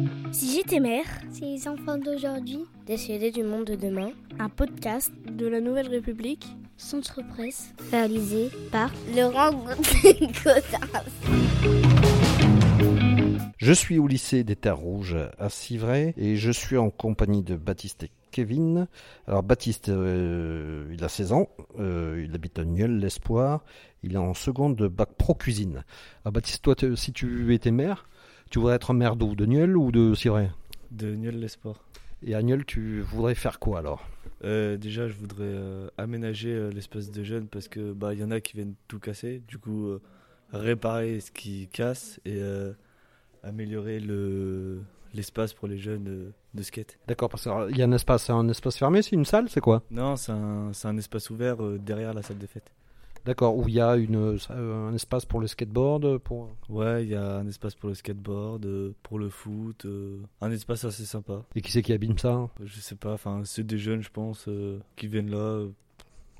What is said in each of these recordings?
Minute et Mère, C'est les enfants d'aujourd'hui, Décédés du monde de demain, un podcast de la Nouvelle République, Centre Presse, réalisé par Laurent Gaudin. Je suis au lycée des Terres Rouges à Civray et je suis en compagnie de Baptiste et Kevin. Alors Baptiste, euh, il a 16 ans, euh, il habite à Nieul, l'Espoir, il est en seconde de bac pro cuisine. Alors Baptiste, toi, te- si tu étais maire, tu voudrais être maire d'où De Nieul ou de Civray De Nieul l'Espoir. Et à Nieul, tu voudrais faire quoi alors Euh, déjà, je voudrais euh, aménager euh, l'espace de jeunes parce que bah il y en a qui viennent tout casser. Du coup, euh, réparer ce qui casse et euh, améliorer le l'espace pour les jeunes euh, de skate. D'accord, parce qu'il y a un espace, c'est un espace fermé, c'est une salle, c'est quoi Non, c'est un, c'est un espace ouvert euh, derrière la salle des fêtes. D'accord, où il y a une, euh, un espace pour le skateboard, pour... Ouais, il y a un espace pour le skateboard, euh, pour le foot, euh, un espace assez sympa. Et qui c'est qui abîme ça hein Je sais pas, enfin c'est des jeunes, je pense, euh, qui viennent là, euh,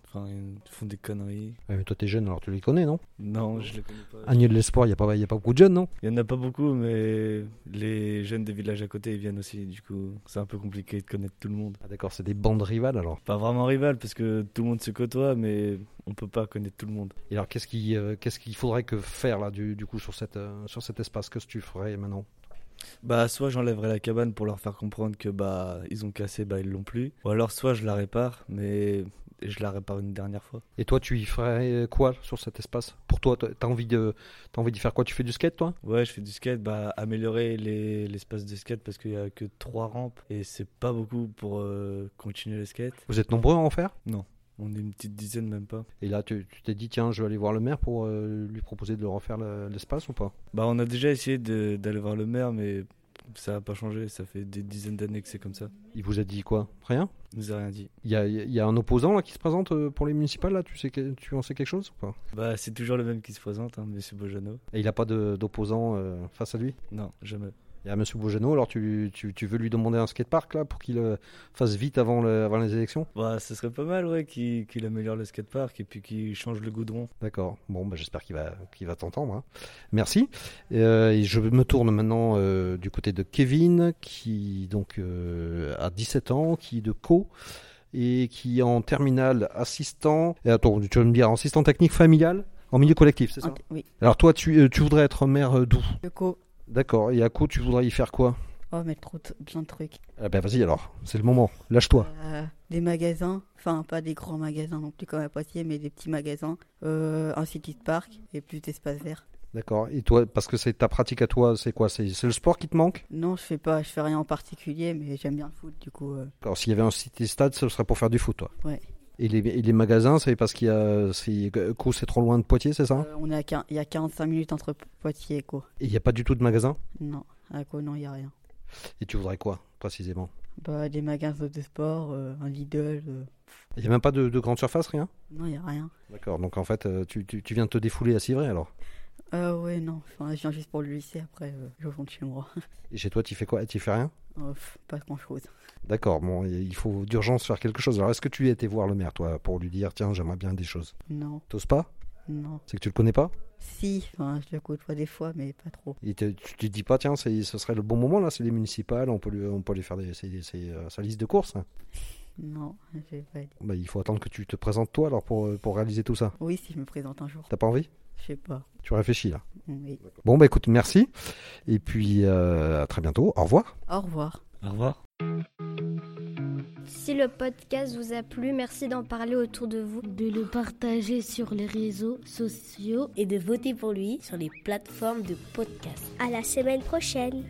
enfin ils font des conneries. Ouais, Eh, mais Toi, t'es jeune, alors tu les connais, non Non, je les connais pas. À Nieul, l'Espoir, il n'y a, pas- il y a pas beaucoup de jeunes, non Il y en a pas beaucoup, mais les jeunes des villages à côté ils viennent aussi. Du coup, c'est un peu compliqué de connaître tout le monde. Ah d'accord, c'est des bandes rivales alors. Pas vraiment rival parce que tout le monde se côtoie, mais on peut pas connaître tout le monde. Et alors qu'est-ce qui, euh, qu'est-ce qu'il faudrait que faire là du, du coup sur cette, euh, sur cet espace Qu'est-ce que tu ferais maintenant Bah, soit j'enlèverai la cabane pour leur faire comprendre que bah ils ont cassé, bah ils l'ont plus. Ou alors soit je la répare, mais je la répare une dernière fois. Et toi, tu y ferais euh, quoi sur cet espace Pour toi, t'as t'as envie de, t'as envie d'y faire quoi Tu fais du skate, toi Ouais, je fais du skate, bah améliorer les- l'espace de skate parce qu'il y a que trois rampes et c'est pas beaucoup pour euh, continuer le skate. Vous êtes nombreux à en faire On est une petite dizaine même pas. Et là, tu tu t'es dit tiens, je vais aller voir le maire pour euh, lui proposer de le refaire le- l'espace ou pas Bah, on a déjà essayé de- d'aller voir le maire, mais ça n'a pas changé. Ça fait des dizaines d'années que c'est comme ça. Il vous a dit quoi Rien Il nous a rien dit. Il y a, il y a un opposant là qui se présente euh, pour les municipales là. Tu sais, que- tu en sais quelque chose ou pas Bah, c'est toujours le même qui se présente, hein, Monsieur Bojano. Et il a pas de- d'opposant euh, face à lui Non, jamais. Il y a Monsieur Bougeneau, alors tu, tu, tu veux lui demander un skatepark là pour qu'il euh, fasse vite avant, le- avant les élections Bah, ce serait pas mal, ouais, qu'il qu'il améliore le skatepark et puis qu'il change le goudron. D'accord. Bon, bah, j'espère qu'il va, qu'il va t'entendre. hein. Merci. Euh, et je me tourne maintenant euh, du côté de Kevin, qui donc euh, a 17 ans, qui est de Co et qui est en terminale assistant. Et attends, tu vas me dire assistant technique familial en milieu collectif, c'est ça Ent- Oui, Alors toi, tu, euh, tu voudrais être maire euh, d'où le co. D'accord. Et à Co, tu voudrais y faire quoi Oh, mais trop t- plein de trucs. Ah ben vas-y alors, c'est le moment. Lâche-toi. Euh, des magasins, enfin pas des grands magasins non plus comme à Poitiers, mais des petits magasins, euh, un city de parc et plus d'espace vert. D'accord. Et toi, parce que c'est ta pratique à toi, c'est quoi C'est c'est le sport qui te manque Non, je fais pas, je fais rien en particulier, mais j'aime bien le foot, du coup. euh, Alors, s'il y avait un cité stade, ce serait pour faire du foot, toi. Ouais. Et les, et les magasins, c'est parce qu'il y a. C'est, Co, c'est trop loin de Poitiers, c'est ça euh, on est à quin- il y a 45 minutes entre Poitiers et Co. Et il n'y a pas du tout de magasin Non, à Co, non, il y a rien. Et tu voudrais quoi, précisément Bah, des magasins de sport, euh, un Lidl, euh, Il n'y a même pas de, de grande surface, rien non, il y a rien. D'accord, donc en fait, euh, tu, tu- tu viens de te défouler à Civray, alors. Ah ouais, non, enfin, je viens juste pour le lycée, après, euh, je rentre chez moi. Et chez toi, tu fais quoi Tu fais rien Oh, pff, pas grand chose. D'accord, bon, il faut d'urgence faire quelque chose. Alors, est-ce que tu as été voir le maire, toi, pour lui dire, tiens, j'aimerais bien des choses Non, T'oses pas non. C'est que tu le connais pas Si, enfin, je le côtoie des fois, mais pas trop. Et te- tu te dis pas, tiens, c'est- ce serait le bon moment, là, c'est les municipales, on peut, lui- on peut aller faire des, c'est- c'est, euh, sa liste de courses. hein. Non, je vais pas dire. Bah, il faut attendre que tu te présentes toi alors pour, euh, pour réaliser tout ça. Oui, si je me présente un jour. T'as pas envie Je sais pas. Tu réfléchis là. Oui. Bon bah écoute, merci. Et puis euh, à très bientôt. Au revoir. Au revoir. Au revoir. Si le podcast vous a plu, merci d'en parler autour de vous. de le partager sur les réseaux sociaux et de voter pour lui sur les plateformes de podcast. À la semaine prochaine.